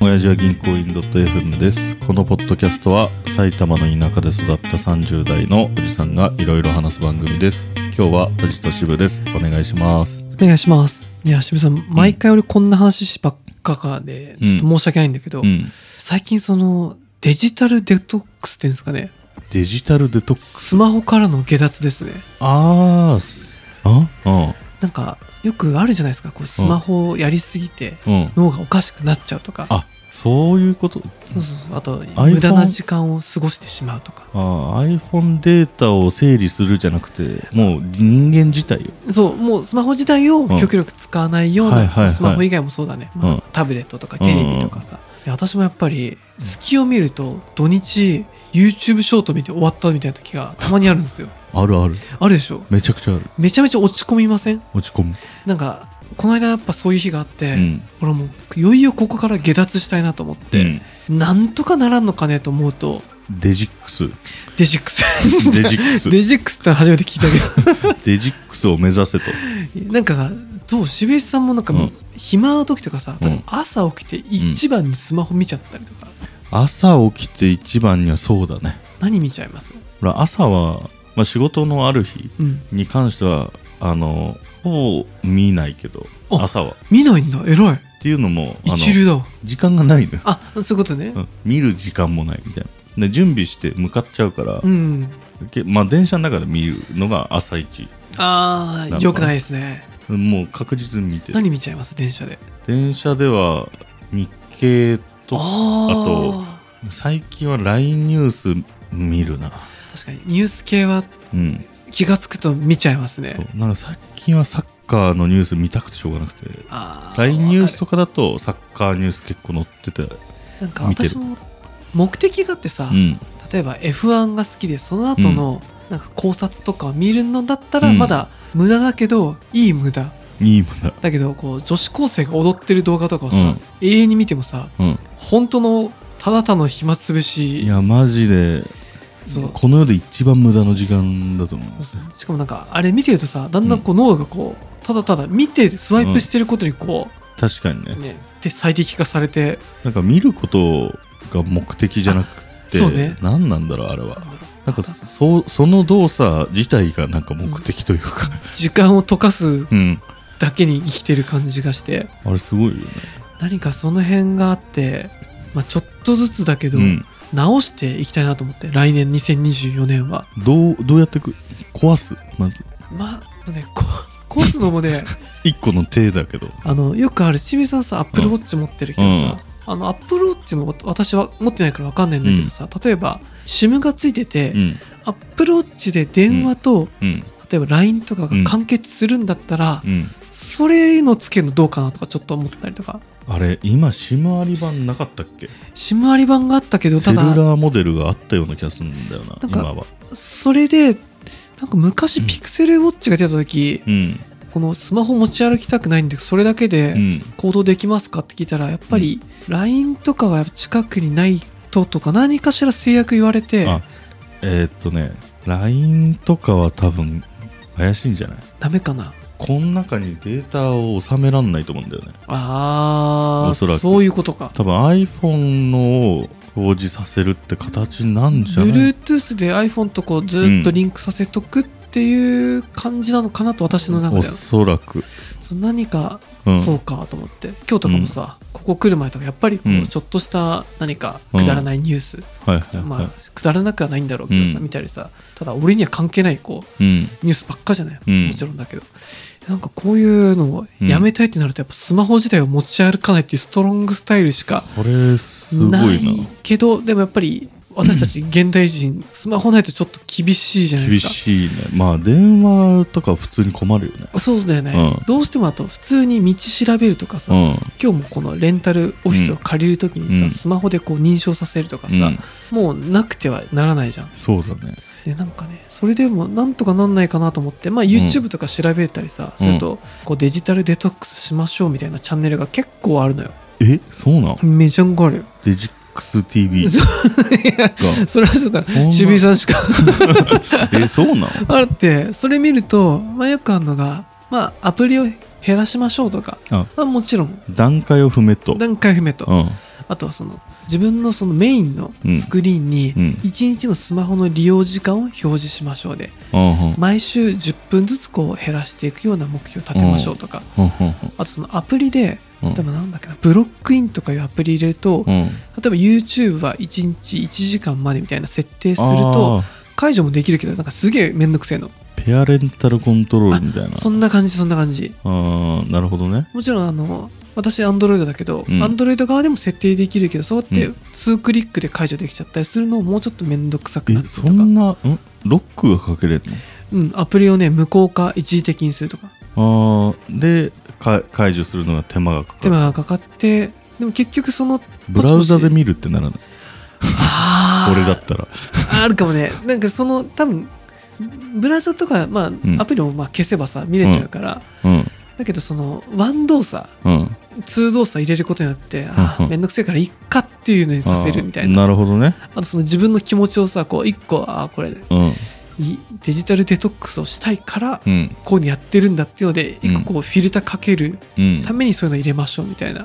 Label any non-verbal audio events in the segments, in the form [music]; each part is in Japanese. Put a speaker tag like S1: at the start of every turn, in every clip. S1: 親父は銀行員 .fm ですこのポッドキャストは埼玉の田舎で育った30代のおじさんがいろいろ話す番組です今日は田地と渋ですお願いします
S2: お願いします。いや、渋さん、毎回俺こんな話ばっかかで、
S1: うん
S2: ちょっと申し訳ないんだけど、
S1: うん
S2: 最近その、デジタルデトックスっていうんですかね。
S1: デジタルデトックス
S2: スマホからの下脱ですね。
S1: あーすああ
S2: なんか、よくあるじゃないですか。こうスマホをやりすぎて、
S1: うんうん
S2: 脳がおかしくなっちゃうとか。
S1: あそういうこと
S2: そうそうそう。あと、
S1: iPhone
S2: 無駄な時間を過ごしてしまうとか。
S1: あー iPhone データを整理するじゃなくてもう人間自体よ
S2: そう、もうスマホ自体を
S1: ん
S2: 極力使わないよう
S1: はいはいは
S2: な、
S1: い
S2: スマホ以外もそうだね。まあ
S1: うん
S2: タブレットとかテレビとかさ。いや私もやっぱり、隙を見ると、土日、YouTube ショート見て終わったみたいな時がたまにあるんですよ。
S1: あるある
S2: あるでしょ
S1: めちゃくちゃある
S2: めちゃめちゃ落ち込みません
S1: 落ち込む、
S2: なんか、この間やっぱそういう日があって、
S1: うん
S2: 俺もう、いよいよここから下脱したいなと思って、なんとかならんのかねと思うと、
S1: うんデジックス
S2: デジックス。
S1: デジックス [laughs]
S2: [laughs] デジックスって初めて聞いたけど。
S1: デジックスを目指せと
S2: なんかさどう渋井さんもなんかもう
S1: うん
S2: 暇な時とかさ、
S1: うん
S2: 例えば朝起きて一番にスマホ見ちゃったりとか、
S1: 朝起きて一番にはそうだね
S2: 何見ちゃいます
S1: ほら朝は、まあ、仕事のある日
S2: うん
S1: に関してはあのほぼ見ないけど
S2: あ
S1: 朝はっ
S2: 見ないんだ偉い
S1: ていうのもあの
S2: 一流だわ
S1: 時間がないのよ、
S2: あそういうことね
S1: うん見る時間もないみたいなで準備して向かっちゃうから
S2: う、ん、
S1: けまあ、電車の中で見るのが朝一な
S2: ああ
S1: んか
S2: よくないですね
S1: もう確実に見てる
S2: 何見ちゃいます電車で
S1: 電車では日経とあと
S2: あ
S1: 最近は LINE ニュース見るな
S2: あ確かにニュース系は
S1: うん
S2: 気が付くと見ちゃいます
S1: そ
S2: ね
S1: うなんか最近はサッカーのニュース見たくてしょうがなくて
S2: ああ
S1: LINE ニュース
S2: わ
S1: とかだとサッカーニュース結構載ってて
S2: かるなんか
S1: 見てる
S2: 私も目的があってさ、
S1: うん
S2: 例えば F1 が好きでその後のなんか考察とかを見るのだった
S1: う
S2: ら
S1: ん
S2: まだ無駄だけどいい無駄
S1: いいもんだ
S2: だけどこう女子高生が踊ってる動画とかをさ、
S1: うん
S2: 永遠に見てもさ
S1: うん
S2: 本当のただただの暇つぶ
S1: い
S2: し
S1: やマジで
S2: そう
S1: この世で一番無駄の時間だと思います
S2: しかもなんかあれ見てるとさだんだんこう脳がこうただただ見てスワイプしてることにこ
S1: 確かに
S2: う、
S1: ね
S2: ね、で最適化されて
S1: なんか見ることが目的じゃなくて
S2: あそうね
S1: 何なんだろうあれはなんかそその動作自体がなんか目的というか
S2: 時間を溶かす
S1: うん、
S2: だけに生きてる感じがして
S1: あれすごいよね
S2: 何かその辺があって、まあ、ちょっとずつだけど、
S1: うん
S2: 直していきたいなと思って来年2024年は
S1: どうどうやっていく壊すまず
S2: まああとねこ [laughs] コスのもね
S1: 一個の手だけど
S2: あのよくある清水さんさアップルウォッチ持ってるけどさ、あのアップルウォッチの私は持ってないから分かんないんだけどさ、例えば SIM がついてて、
S1: うん
S2: アップルウォッチで電話と、
S1: うん
S2: 例えば LINE とかが完結するんだったら、
S1: うん
S2: それのつけるのどうかなとかちょっと思ったりとか
S1: あれ今シムあり版なかったっけ
S2: SIM あり版があったけど
S1: セ
S2: た
S1: ル
S2: だ
S1: ラーモデルがあったような気がするんだよな
S2: なんか
S1: 今は
S2: それでなんか昔
S1: うん
S2: ピクセルウォッチが出た時、
S1: うん
S2: このスマホ持ち歩きたくないんでそれだけ
S1: う
S2: で
S1: ん
S2: 行動できますかって聞いたらやっぱり LINE とかは近くにないととか何かしら制約言われて
S1: あえーっとね LINE とかは多分怪しいんじゃない
S2: ダメかな
S1: この中にデータを収めらんないと思うんだよね
S2: あ
S1: おそら
S2: ー
S1: く
S2: そういうことか
S1: 多分 iPhone のを表示させるって形なんじゃない
S2: Bluetooth で iPhone とこうずっとリンクさせとくっていう感じなのかなと私の中
S1: お
S2: では
S1: そらく、
S2: そう何か
S1: うん、
S2: そうかと思って今日とかもさここ来る前とかやっぱりこ
S1: うん
S2: うちょっとした何かくだらないニュース
S1: はいはいはい、
S2: まあくだらなくはないんだろうけどさ
S1: うん
S2: 見たりさただ俺には関係ないこう
S1: うん
S2: ニュースばっかじゃない、
S1: うん
S2: もちろんだけどなんかこういうのをやめたいってなるとやっぱスマホ自体を持ち歩かないっていうストロングスタイルしか
S1: これすご
S2: ない
S1: ない
S2: けどでもやっぱり私たち現代人スマホないとちょっと厳しいじゃないで
S1: 厳
S2: すか
S1: しいねまあ電話とか普通に困るよね
S2: そうだよね、
S1: うん
S2: どうしてもあと普通に道調べるとかさ、
S1: うん
S2: 今日もこのレンタルオフィスを借りるときにさ、
S1: うん
S2: スマホでこう認証させるとかさ、
S1: うん
S2: もうなくてはならないじゃん
S1: そうだね
S2: でなんかねそれでもなんとかなんないかなと思って、まあ、YouTube とか調べたりさ、
S1: うん
S2: するとこうデジタルデトックスしましょうみたいなチャンネルが結構あるのよ
S1: えそうなの
S2: めちゃんこあるよ
S1: デジックス
S2: [laughs]
S1: TV が
S2: そ [laughs] それはちょっと
S1: そんな
S2: 渋井さんしか
S1: えそうなの
S2: あるってそれ見ると、まあ、よくあるのが、まあ、アプリを減らしましょうとか
S1: あ
S2: まあ、もちろん
S1: 段階を踏めと
S2: 段階踏めと
S1: うん
S2: あとはその自分のそのメインのスクリーンに
S1: うん
S2: 1日のスマホの利用時間を表示しましょうで
S1: うんうん
S2: 毎週10分ずつこう減らしていくような目標を立てましょうとか
S1: うんうん
S2: あとそのアプリで
S1: うん
S2: 例えばなんだっけなブロックインとかいうアプリ入れると
S1: う
S2: 例
S1: んうん
S2: えば YouTube は1日1時間までみたいな設定すると
S1: あー
S2: 解除もできるけどなんかすげえ面倒くせえの
S1: ペアレンタルコントロールみたいな
S2: そんな感じそんな感じ
S1: ああなるほどね
S2: もちろんあの私アンドロイドだけど
S1: うん
S2: アンドロイド側でも設定できるけどそうやって
S1: うん
S2: 数クリックで解除できちゃったりするのをもうちょっと面倒くさくなっ
S1: え
S2: てと
S1: そ
S2: か
S1: んなうんロックがかけれる
S2: うん、アプリをね無効化一時的にするとか
S1: のああでか解除するのが手間がかかる
S2: 手間がかかってでも結局その
S1: ブラウザで見るってならない
S2: あー
S1: 俺だったら
S2: あるかもねなんかその多分ブラウザとか、まあ
S1: ん
S2: アプリもまあ消せばさ見れちゃうから、
S1: うん
S2: だけどそのワン動作
S1: うん
S2: ツー動作入れることによってあ
S1: うん
S2: ー
S1: うん
S2: めんどくせえからいっかっていうのにさせるみたい
S1: あー
S2: なあ
S1: なるほどね
S2: とその自分の気持ちをさこう一個あーこれ
S1: うん
S2: いデジタルデトックスをしたいから
S1: うん
S2: こういうのやってるんだっていうので
S1: うん
S2: 一個こうフィルターかける
S1: うん
S2: ためにそういうの入れましょうみたいな、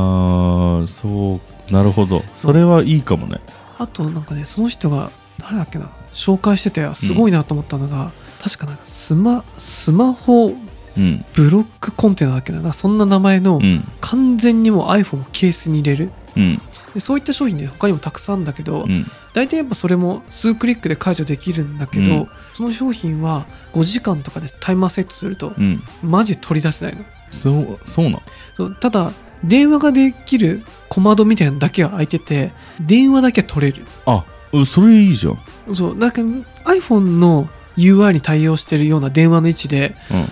S1: ああそうなるほどそれはいいかもね
S2: あとなんかねその人が誰だっけな紹介しててあすごいなと思ったのが、確かなんかスマスマホ
S1: うん
S2: ブロックコンテナだっけななんかそんな名前の、
S1: うん
S2: 完全にもう iPhone をケースに入れる
S1: うん
S2: でそういった商品ね他にもたくさんあるんだけど、
S1: うん
S2: 大体やっぱそれも数クリックで解除できるんだけど、
S1: うん
S2: その商品は5時間とかでタイマーセットすると、
S1: うん
S2: マジで取り出せないの
S1: そうそうなん
S2: そうただ電話ができる小窓みたいなのだけが開いてて電話だけは取れる
S1: あうんそれいいじゃん
S2: そうだけど iPhone の UI に対応してるような電話の位置で
S1: うん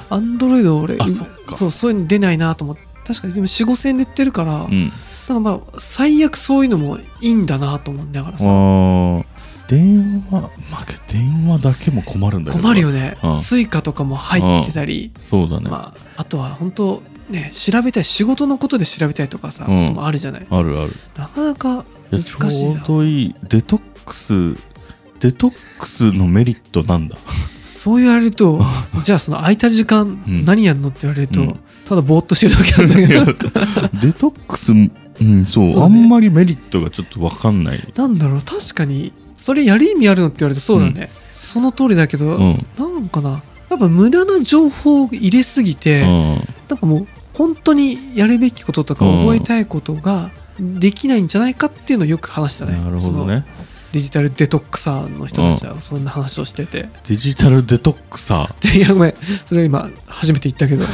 S2: Android 俺
S1: あそっか
S2: そうそういうの出ないなと思って確かにでも4 5千円で売ってるから、だ
S1: うん
S2: からまあ最悪そういうのもいいんだなと思うんだからさ
S1: ああ電話まあ電話だけも困るんだけど
S2: 困るよね、
S1: うん
S2: Suica とかも入ってたり、
S1: そうだね、
S2: まあ、あとは本当ね調べたい仕事のことで調べたいとかさ、
S1: うん
S2: こともあるじゃない
S1: あるある
S2: なかなか
S1: いや
S2: 難し
S1: ちょ
S2: いな
S1: うどいいデトックスデトックスのメリットなん
S2: [laughs]
S1: だ
S2: そう言われるとじゃあその空いた時
S1: うん
S2: 間何やんのって言われると、
S1: うん
S2: ただぼーっとしてるだけなんだ
S1: い
S2: け
S1: や
S2: ど
S1: デトックスうんそう
S2: そうだね
S1: あんまりメリットがちょっと分かんない
S2: [laughs] なんだろう確かにそれやる意味あるのって言われるとそうだね、その通りだけど、
S1: うん、
S2: なんかなやっぱ無駄な情報を入れすぎて、
S1: うん、
S2: なんかもう本当にやるべきこととか
S1: うん
S2: 覚えたいことができないんじゃないかっていうのをよく話した
S1: な
S2: ね
S1: るほど
S2: その
S1: ね
S2: デジタルデトックサーの人たちはそんな話をしてて、
S1: デジタルデトックさ
S2: いやごめんそれは今初めて言っ
S1: [laughs]
S2: たけど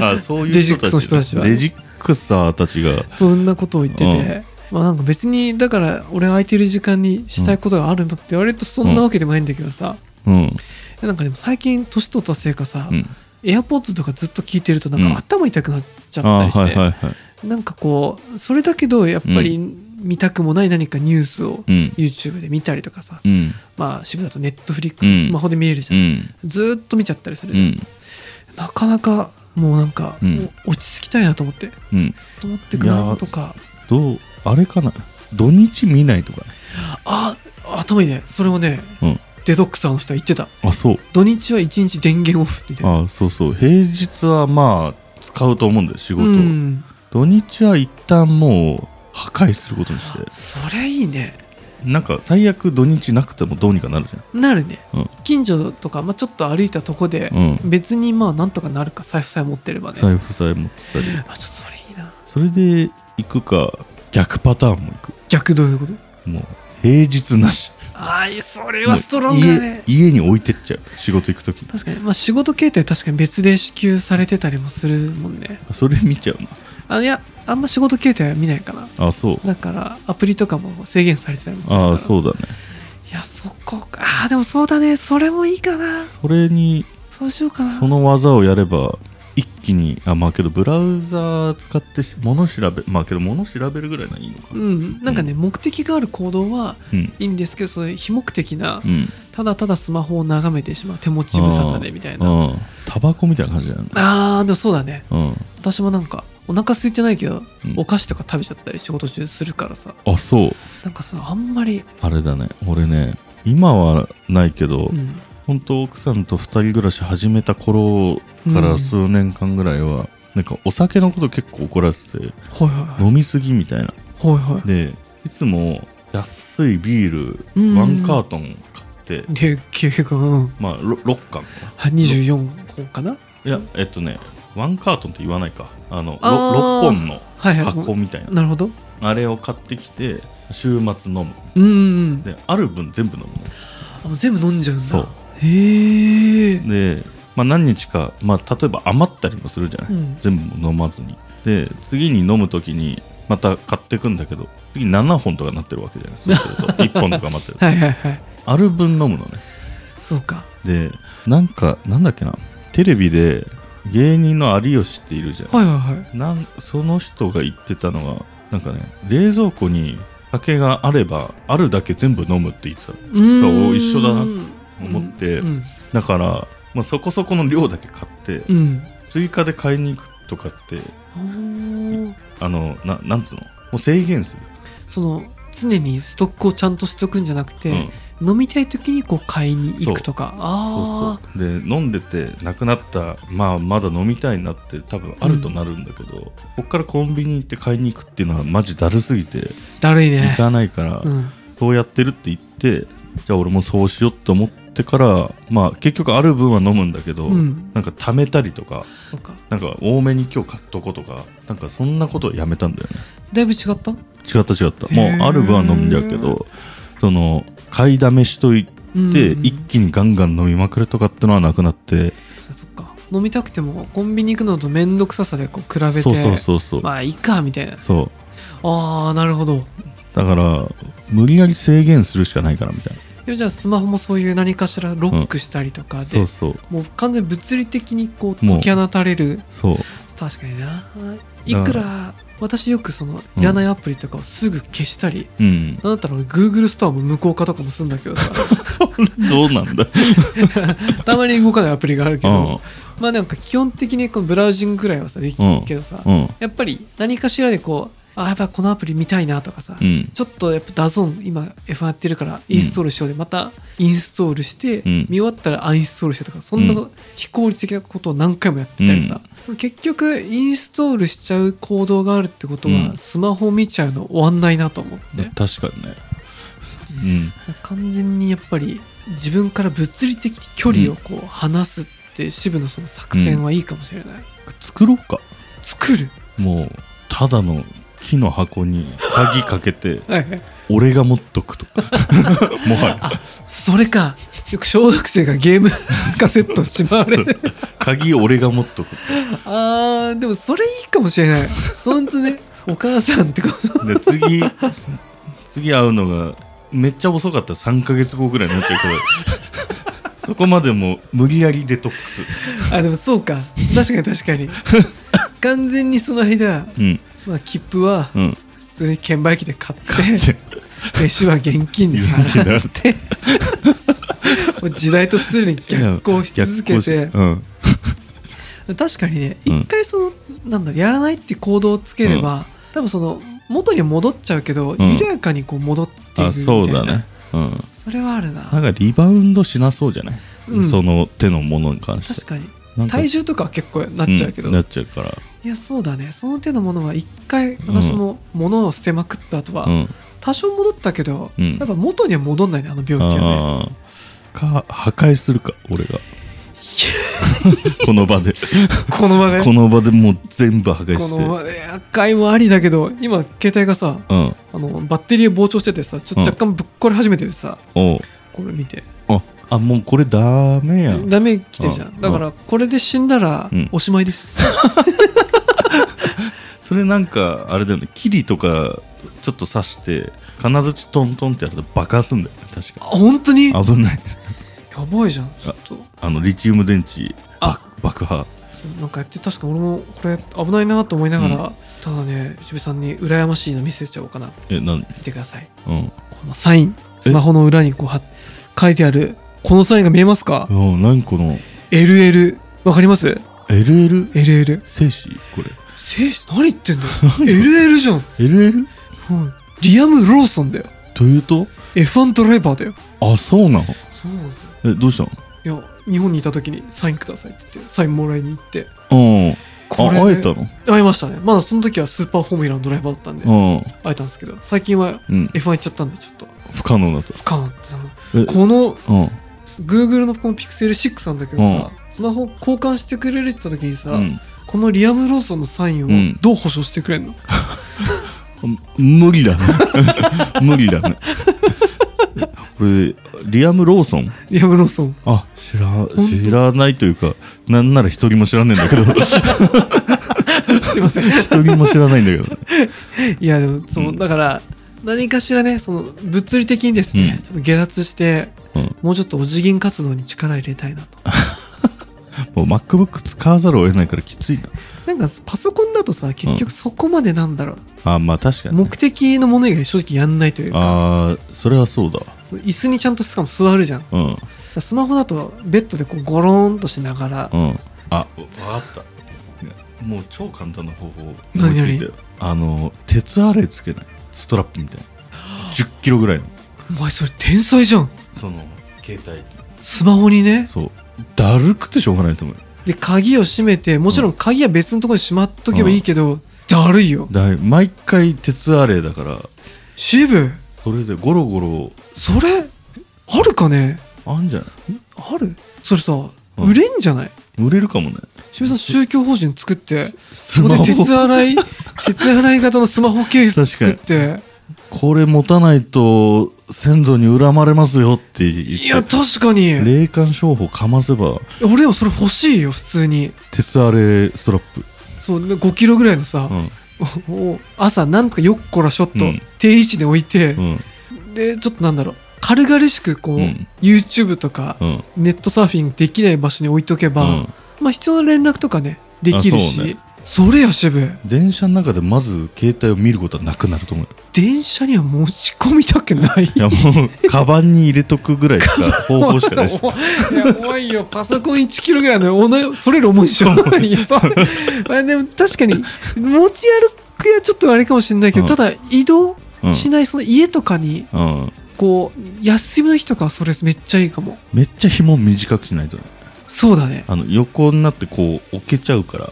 S1: あそういう
S2: デジックスの人たちは
S1: デジックサーたちが
S2: そんなことを言って
S1: う
S2: て、まあなんか別にだから俺空いてる時間にしたいことがあるのって言われるとそんなわけでもないんだけどさ、
S1: うん
S2: なんかでも最近年取ったせいかさ、
S1: うん
S2: エアポッ s とかずっと聞いてるとな
S1: うんん
S2: か頭痛くなっちゃった
S1: あ
S2: りして、
S1: はいはいはい
S2: なんかこうそれだけどやっぱり見たくもない何かニュースを
S1: うん
S2: YouTube で見たりとかさ、
S1: うん
S2: まあ渋谷だと Netflix
S1: うん
S2: スマホで見れるじ
S1: う
S2: ゃん、
S1: ん
S2: ずーっと見ちゃったりする
S1: う
S2: じゃん、
S1: ん
S2: なかなかもうなんか、
S1: うん
S2: お落ち着きたいなと思って
S1: うん
S2: と思ってくなるとか
S1: どうあれかな土日見ないとかね
S2: あ頭いいねそれをね、
S1: うん
S2: デトックさんの人は言ってた
S1: あそう
S2: 土日は一日電源オフみたいな
S1: あそうそう平日はまあ使うと思うんだよ仕事を、
S2: うん
S1: 土日は一旦もう破壊することにして
S2: それいいね
S1: なんか最悪土日なくてもどうにかなるじ
S2: なるね、
S1: うん
S2: 近所とか、まあ、ちょっと歩いたとこで
S1: ゃん、うん、
S2: 別にまあなんとかなるか財布さえ持ってればね
S1: 財布さえ持ってたり
S2: あちょっとそれいいな
S1: それで行くか逆パターンも行く
S2: 逆どういうこと
S1: もう平日なし
S2: ああそれ
S1: も
S2: は
S1: う
S2: ストロングだね
S1: 家家に置いてっちゃう仕事行く時に
S2: 確かに、まあ、仕事形態確かに別で支給されてたりもするもんね
S1: それ見ちゃう
S2: あのいやあんま仕事形態は見ないかな
S1: なあそう
S2: だからアプリとかも制限されてたりもするから
S1: ああそうだね
S2: いやそこかああでもそうだねそれもいいかな
S1: それに
S2: そうしようかな
S1: その技をやれば一気にあまあけどブラウザー使ってし物調べまあけど物調べるぐらいがいいのか
S2: う
S1: なん
S2: なんかね、目的がある行動は
S1: うん
S2: いいんですけどそういう非目的な、
S1: うん
S2: ただただスマホを眺めてしまう手持ち無沙汰でみたいなあ
S1: うんタバコみたいな感じだよね
S2: あーでもそうだね
S1: うん
S2: 私もなんかお腹空いてないけど、
S1: うん
S2: お菓子とか食べちゃったり仕事中するからさ
S1: あそう
S2: なんかさあんまり、
S1: あれだね俺ね今はないけど、
S2: うん、
S1: 本当奥さんと2人暮らし始めた頃か
S2: う
S1: ら
S2: ん
S1: 数年間ぐらいは、なんかお酒のこと結構怒らせて
S2: はいはいはい
S1: 飲みすぎみたいな
S2: はいは
S1: でいつも安いビー
S2: う
S1: ル
S2: ん
S1: ワンカートン買って
S2: いで結局うん
S1: まあ 6, 缶かな
S2: はい24本かない
S1: やえっとねワンカートンって言わないかあの
S2: あー
S1: 6本の
S2: はいはい
S1: 箱みたいな
S2: なるほど
S1: あれを買ってきて週末飲む
S2: うんうん
S1: である分全部飲む
S2: あもう全部飲んじゃうんだ
S1: そう
S2: へえ
S1: ので、まあ、何日か、まあ、例えば余ったりもするじゃない、
S2: うん
S1: 全部飲まずにで次に飲む時にまた買ってくんだけど次7本とかなってるわけじゃないそうする
S2: [laughs]
S1: と1本とか余ってる
S2: はいはいはい
S1: ある分飲むのね
S2: そうか
S1: でなんかなんだっけなテレビで芸人の有吉っているじゃん、
S2: はいはいはい
S1: なんその人が言ってたのがなんかね冷蔵庫に酒があればあるだけ全部飲むって言ってたの
S2: うーん
S1: 一緒だな思って
S2: うん
S1: だから、まあ、そこそこの量だけ買って
S2: うん
S1: 追加で買いに行くとかって
S2: うんあー
S1: あのななんつうのもう制限する、
S2: その常にストックをちゃんとしておくんじゃなくて、
S1: うん
S2: 飲みたい時にこう買いに行くとか
S1: そう
S2: あ
S1: そうで飲んでてなくなった、まあ、まだ飲みたいなって多分あるとなるんだけど、こっからコンビニ行って買いに行くっていうのはマジだるすぎて
S2: あだるい
S1: 行
S2: ね、
S1: かないから、
S2: うん、
S1: そうやってるって言ってじゃあ俺もそうしようって思ってから、まあ、結局ある分は飲むんだけど、
S2: うん
S1: なんか貯めたりとか
S2: そうか
S1: なんか多めに今日買っとことかなんかそんなことはやめたんだよね
S2: だいぶ違った
S1: 違った違ったも
S2: へー
S1: うある分は飲んじゃうけどその買いだめしといて
S2: で
S1: 一気にガンガン飲みまくるとかってのはなくなって
S2: そっか飲みたくてもコンビニ行くのと面倒くささでこう比べて
S1: そうそうそうそう、
S2: まあいいかみたいな
S1: そう
S2: ああなるほど
S1: だから無理やり制限するしかないからみたいな
S2: でもじゃあスマホもそういう何かしらロックしたりとかで、
S1: そうそう
S2: もう完全に物理的にこう
S1: もう
S2: 解き放たれる
S1: そう
S2: 確かにないくら私よくそのいらないアプリとかをすぐ消したり、 [laughs]
S1: うん
S2: なんだったら俺 Google ストアも無効化とかもするんだけどさ
S1: [laughs] どうなんだ
S2: たまに動かないアプリがあるけ
S1: う
S2: ど、
S1: ん
S2: まあなんか基本的にこのブラウジングぐらいはさできるけどさ、
S1: うん
S2: やっぱり何かしらでこうあやっぱこのアプリ見たいなとかさ、
S1: うん
S2: ちょっとやっぱダゾーン今 F1 やってるからインストールしようで、またインストールして、
S1: うん
S2: 見終わったらアンインストールしてとかそんな
S1: う
S2: 非効率的なことを何回もやってたりさ、結局インストールしちゃう行動があるってことは、
S1: うん
S2: スマホ見ちゃうの終わんないなと思って、
S1: 確かにねうん
S2: 完全にやっぱり自分から物理的距離をこう離すって渋のその作戦はいいかもしれない、
S1: 作ろうか
S2: 作る
S1: もうただの木の箱に鍵かけて
S2: はいはい
S1: 俺が持っと
S2: [laughs]
S1: くともはや
S2: それかよく小学生がゲーム [laughs] カセットしまわれる
S1: 鍵俺が持っとく
S2: [laughs] あーでもそれいいかもしれないそんとねお母さんってこと
S1: で次次会うのがめっちゃ遅かったら3ヶ月後ぐらいになっちゃうからそこまでもう無理やりデトックス
S2: あでもそうか確かに確かに完全にその間、
S1: うん
S2: まあ、切符は
S1: うん
S2: 普通に券売機で買って飯は現金で
S1: 現金で
S2: 払 [laughs] ってもう時代とするに逆行し続
S1: 逆
S2: けて
S1: 行しうん
S2: 確かにね
S1: うん
S2: 一回その、なんだろうやらないって行動をつければ、多分その元に戻っちゃうけど、
S1: ん
S2: 緩やかにこう戻っていくみたいな
S1: あそうだねうん
S2: それはあるな
S1: なんかリバウンドしなそうじゃない、
S2: うん
S1: その手のものに関して
S2: 確かに
S1: なんか
S2: 体重とかは結構なっちゃうけど、
S1: んなっちゃうから
S2: いやそうだねその手のものは一回私も物を捨てまくった後は、
S1: うん
S2: 多少戻ったけど、
S1: うん
S2: やっぱ元には戻んないねあの病気はね
S1: あーか破壊するか俺
S2: [laughs]
S1: がこの場で
S2: この場で
S1: この場でもう全部破壊
S2: こ
S1: し
S2: の
S1: て
S2: まで赤いもありだけど今携帯がさ
S1: うん
S2: あのバッテリー膨張しててさちょっと
S1: うん
S2: 若干ぶっ壊れ始めててさ、
S1: おう
S2: これ見て
S1: ああもうこれダメやん
S2: ダメ来てるじゃん、
S1: うん
S2: だからこれで死んだら
S1: うん
S2: おしまいです、
S1: それなんかあれだよねキリとかちょっと刺して金槌トントンってやると爆発すんだよね確
S2: あ本当にや
S1: か危ない
S2: ばいじゃんちょっと
S1: あのリチウム電池
S2: あ
S1: 爆破
S2: そうなんかやって確か俺もこれ危ないなと思いながら、ただね渋さんに羨ましいの見せちゃおうかな
S1: えなん
S2: 見てください
S1: うん
S2: このサインスマホの裏にこうは書いてあるこのサインが見えますか
S1: うん何この
S2: LL わかります
S1: LL
S2: LL
S1: 精子これ
S2: せい何言ってんだよ LL じゃん、
S1: LL?
S2: うんリアム・ローソンだよ
S1: というと
S2: F1 ドライバーだよ
S1: あそうなの
S2: そうなんですよ
S1: えどうしたの
S2: いや日本にいた時にサインくださいって言ってサインもらいに行って
S1: うん
S2: これ
S1: あ
S2: ね
S1: 会えたの
S2: 会いましたねまだその時はスーパーフォーミュラのドライバーだったんで
S1: うん
S2: 会えたんですけど最近は
S1: うん
S2: F1 行っちゃったんでちょっと
S1: 不可能だと
S2: 不可能ってな
S1: え
S2: この
S1: うん
S2: Google のこの Pixel6 なんだけどさ、スマホ交換してくれるって言った時にさ、
S1: うん
S2: このリアム・ローソンのサイン
S1: う
S2: を
S1: ん
S2: どう保証してくれんの、
S1: 無理だね [laughs] 無理だねこれリアム・ローソン
S2: リアム・ロー
S1: [laughs]
S2: ソン
S1: あ知ら
S2: 当
S1: 知らないというかなんなら一人も知らねえんだ [laughs] けど
S2: すいません
S1: [laughs] 一人も知らないんだけど
S2: いやでもそう、
S1: うん
S2: だから何かしらねその物理的にですね、
S1: うん
S2: ちょっと下脱して、
S1: うん
S2: もうちょっとお辞儀活動に力入れたいなと
S1: もう MacBook 使わざるを得ないからきついな
S2: なんかパソコンだとさ結局そこまでなんだろう、
S1: あまあ確かにね、
S2: 目的のもの以外正直やんないというか
S1: ああそれはそうだわ
S2: 椅子にちゃんとしかも座るじゃんだか
S1: うん
S2: らスマホだとベッドでこうゴローンとしながら、
S1: うんあわかったもう超簡単な方法
S2: 何々
S1: 思いついたよあの鉄アレイつけないストラップみたいな1 0キロぐらいの
S2: お前それ天才じゃん
S1: その携帯
S2: スマホにね
S1: そうだるくてしょうがないと思うよ
S2: で鍵を閉めてもちろん鍵は別のところにしまっとけばいいけど、だるいよ
S1: だい毎回鉄アレイだから
S2: 渋
S1: それでゴロゴロ
S2: それあるかね
S1: あんじゃない
S2: あるそれさ、
S1: ん
S2: 売れんじゃない
S1: 売れるかもね
S2: 渋谷さん宗教法人作って
S1: ス
S2: そこ
S1: マ
S2: で
S1: ホ
S2: 鉄洗
S1: [laughs]
S2: い鉄洗い型のスマホケース作って
S1: これ持たないと先祖に恨まれますよって言って
S2: いや確かに
S1: 霊感商法かませば
S2: 俺でもそれ欲しいよ普通に
S1: 鉄アレイストラップ
S2: そうで5キロぐらいのさ、
S1: う
S2: [laughs] を朝なんとかよっこらしょっと
S1: うん
S2: 定位置に置いて、
S1: んうん
S2: でちょっとなんだろう軽々しくこう、
S1: うん
S2: YouTube とか、
S1: うん
S2: ネットサーフィンできない場所に置いとけば、
S1: うん
S2: まあ必要な連絡とかねできるし
S1: あそ
S2: そ,、
S1: うね
S2: れや渋谷
S1: 電車の中でまず携帯を見ることはなくなると思うよ
S2: 電車には持ち込みたく [laughs] ない
S1: いやもうカバンに入れとくぐらいしか方法しかないし
S2: いや重いよパソコン1キロぐらいのおなそれより重いでしょ
S1: [laughs]
S2: いやそうまあでも確かに持ち歩くやちょっとあれかもしれないけど、
S1: うん
S2: ただ移動
S1: うん
S2: しないその家とかに
S1: うん
S2: こう休みの日とかはそれめっちゃいいかも
S1: めっちゃ紐短くしないとね
S2: そうだね
S1: あの横になってこう置けちゃうから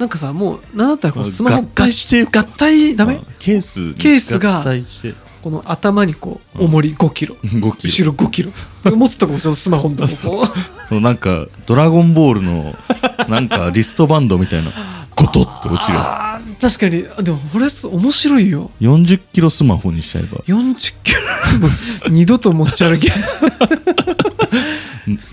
S2: なんかさもう何だったらこのスマホ
S1: 合体してよ
S2: 合体ダメ
S1: うんケースに
S2: ケースが
S1: 合体して
S2: この頭にこう重り5キロ
S1: 5キロ
S2: 後ろ5キロ持つとこそのスマホのとここう
S1: そのなんか「ドラゴンボール」のなんかリストバンドみたいなゴトッと落ちるや
S2: あー確かにあでもこれ面白いよ
S1: つ40キロスマホにしちゃ
S2: [laughs]
S1: えば
S2: 40キロ二度と持ち歩け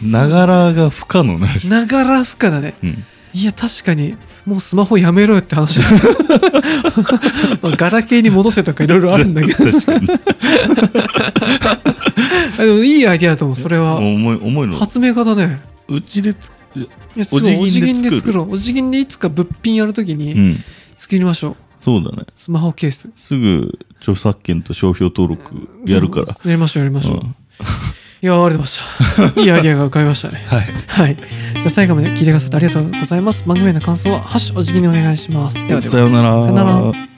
S1: ながらが不可能なる
S2: [laughs] ながら負荷だね
S1: うん
S2: いや確かにもうスマホやめろよって話だ [laughs] まあガラケーに戻せとかいろいろあるんだけど
S1: 確かに
S2: あでもいいアイデアだと思うそれは
S1: 重い重いの
S2: 発明家だね
S1: うちでつ
S2: いやすごい
S1: お
S2: お
S1: 辞
S2: 辞
S1: 儀
S2: 儀
S1: で
S2: で
S1: 作
S2: 作ろうお辞儀でいつか物品やるとき
S1: う
S2: に
S1: ん
S2: 作りましょう
S1: そうだね
S2: スマホケース
S1: すぐ著作権と商標登録やるから
S2: そうやりましょうやりましょう、
S1: う
S2: い
S1: ん
S2: やありがとうございまし
S1: [laughs]
S2: たいいアイデアが浮かびましたね
S1: はい
S2: はいじゃあ最後まで聞いてくださってありがとうございます番組への感想は「ハッシュお辞儀」にお願いしますではでは
S1: さようなら
S2: さようなら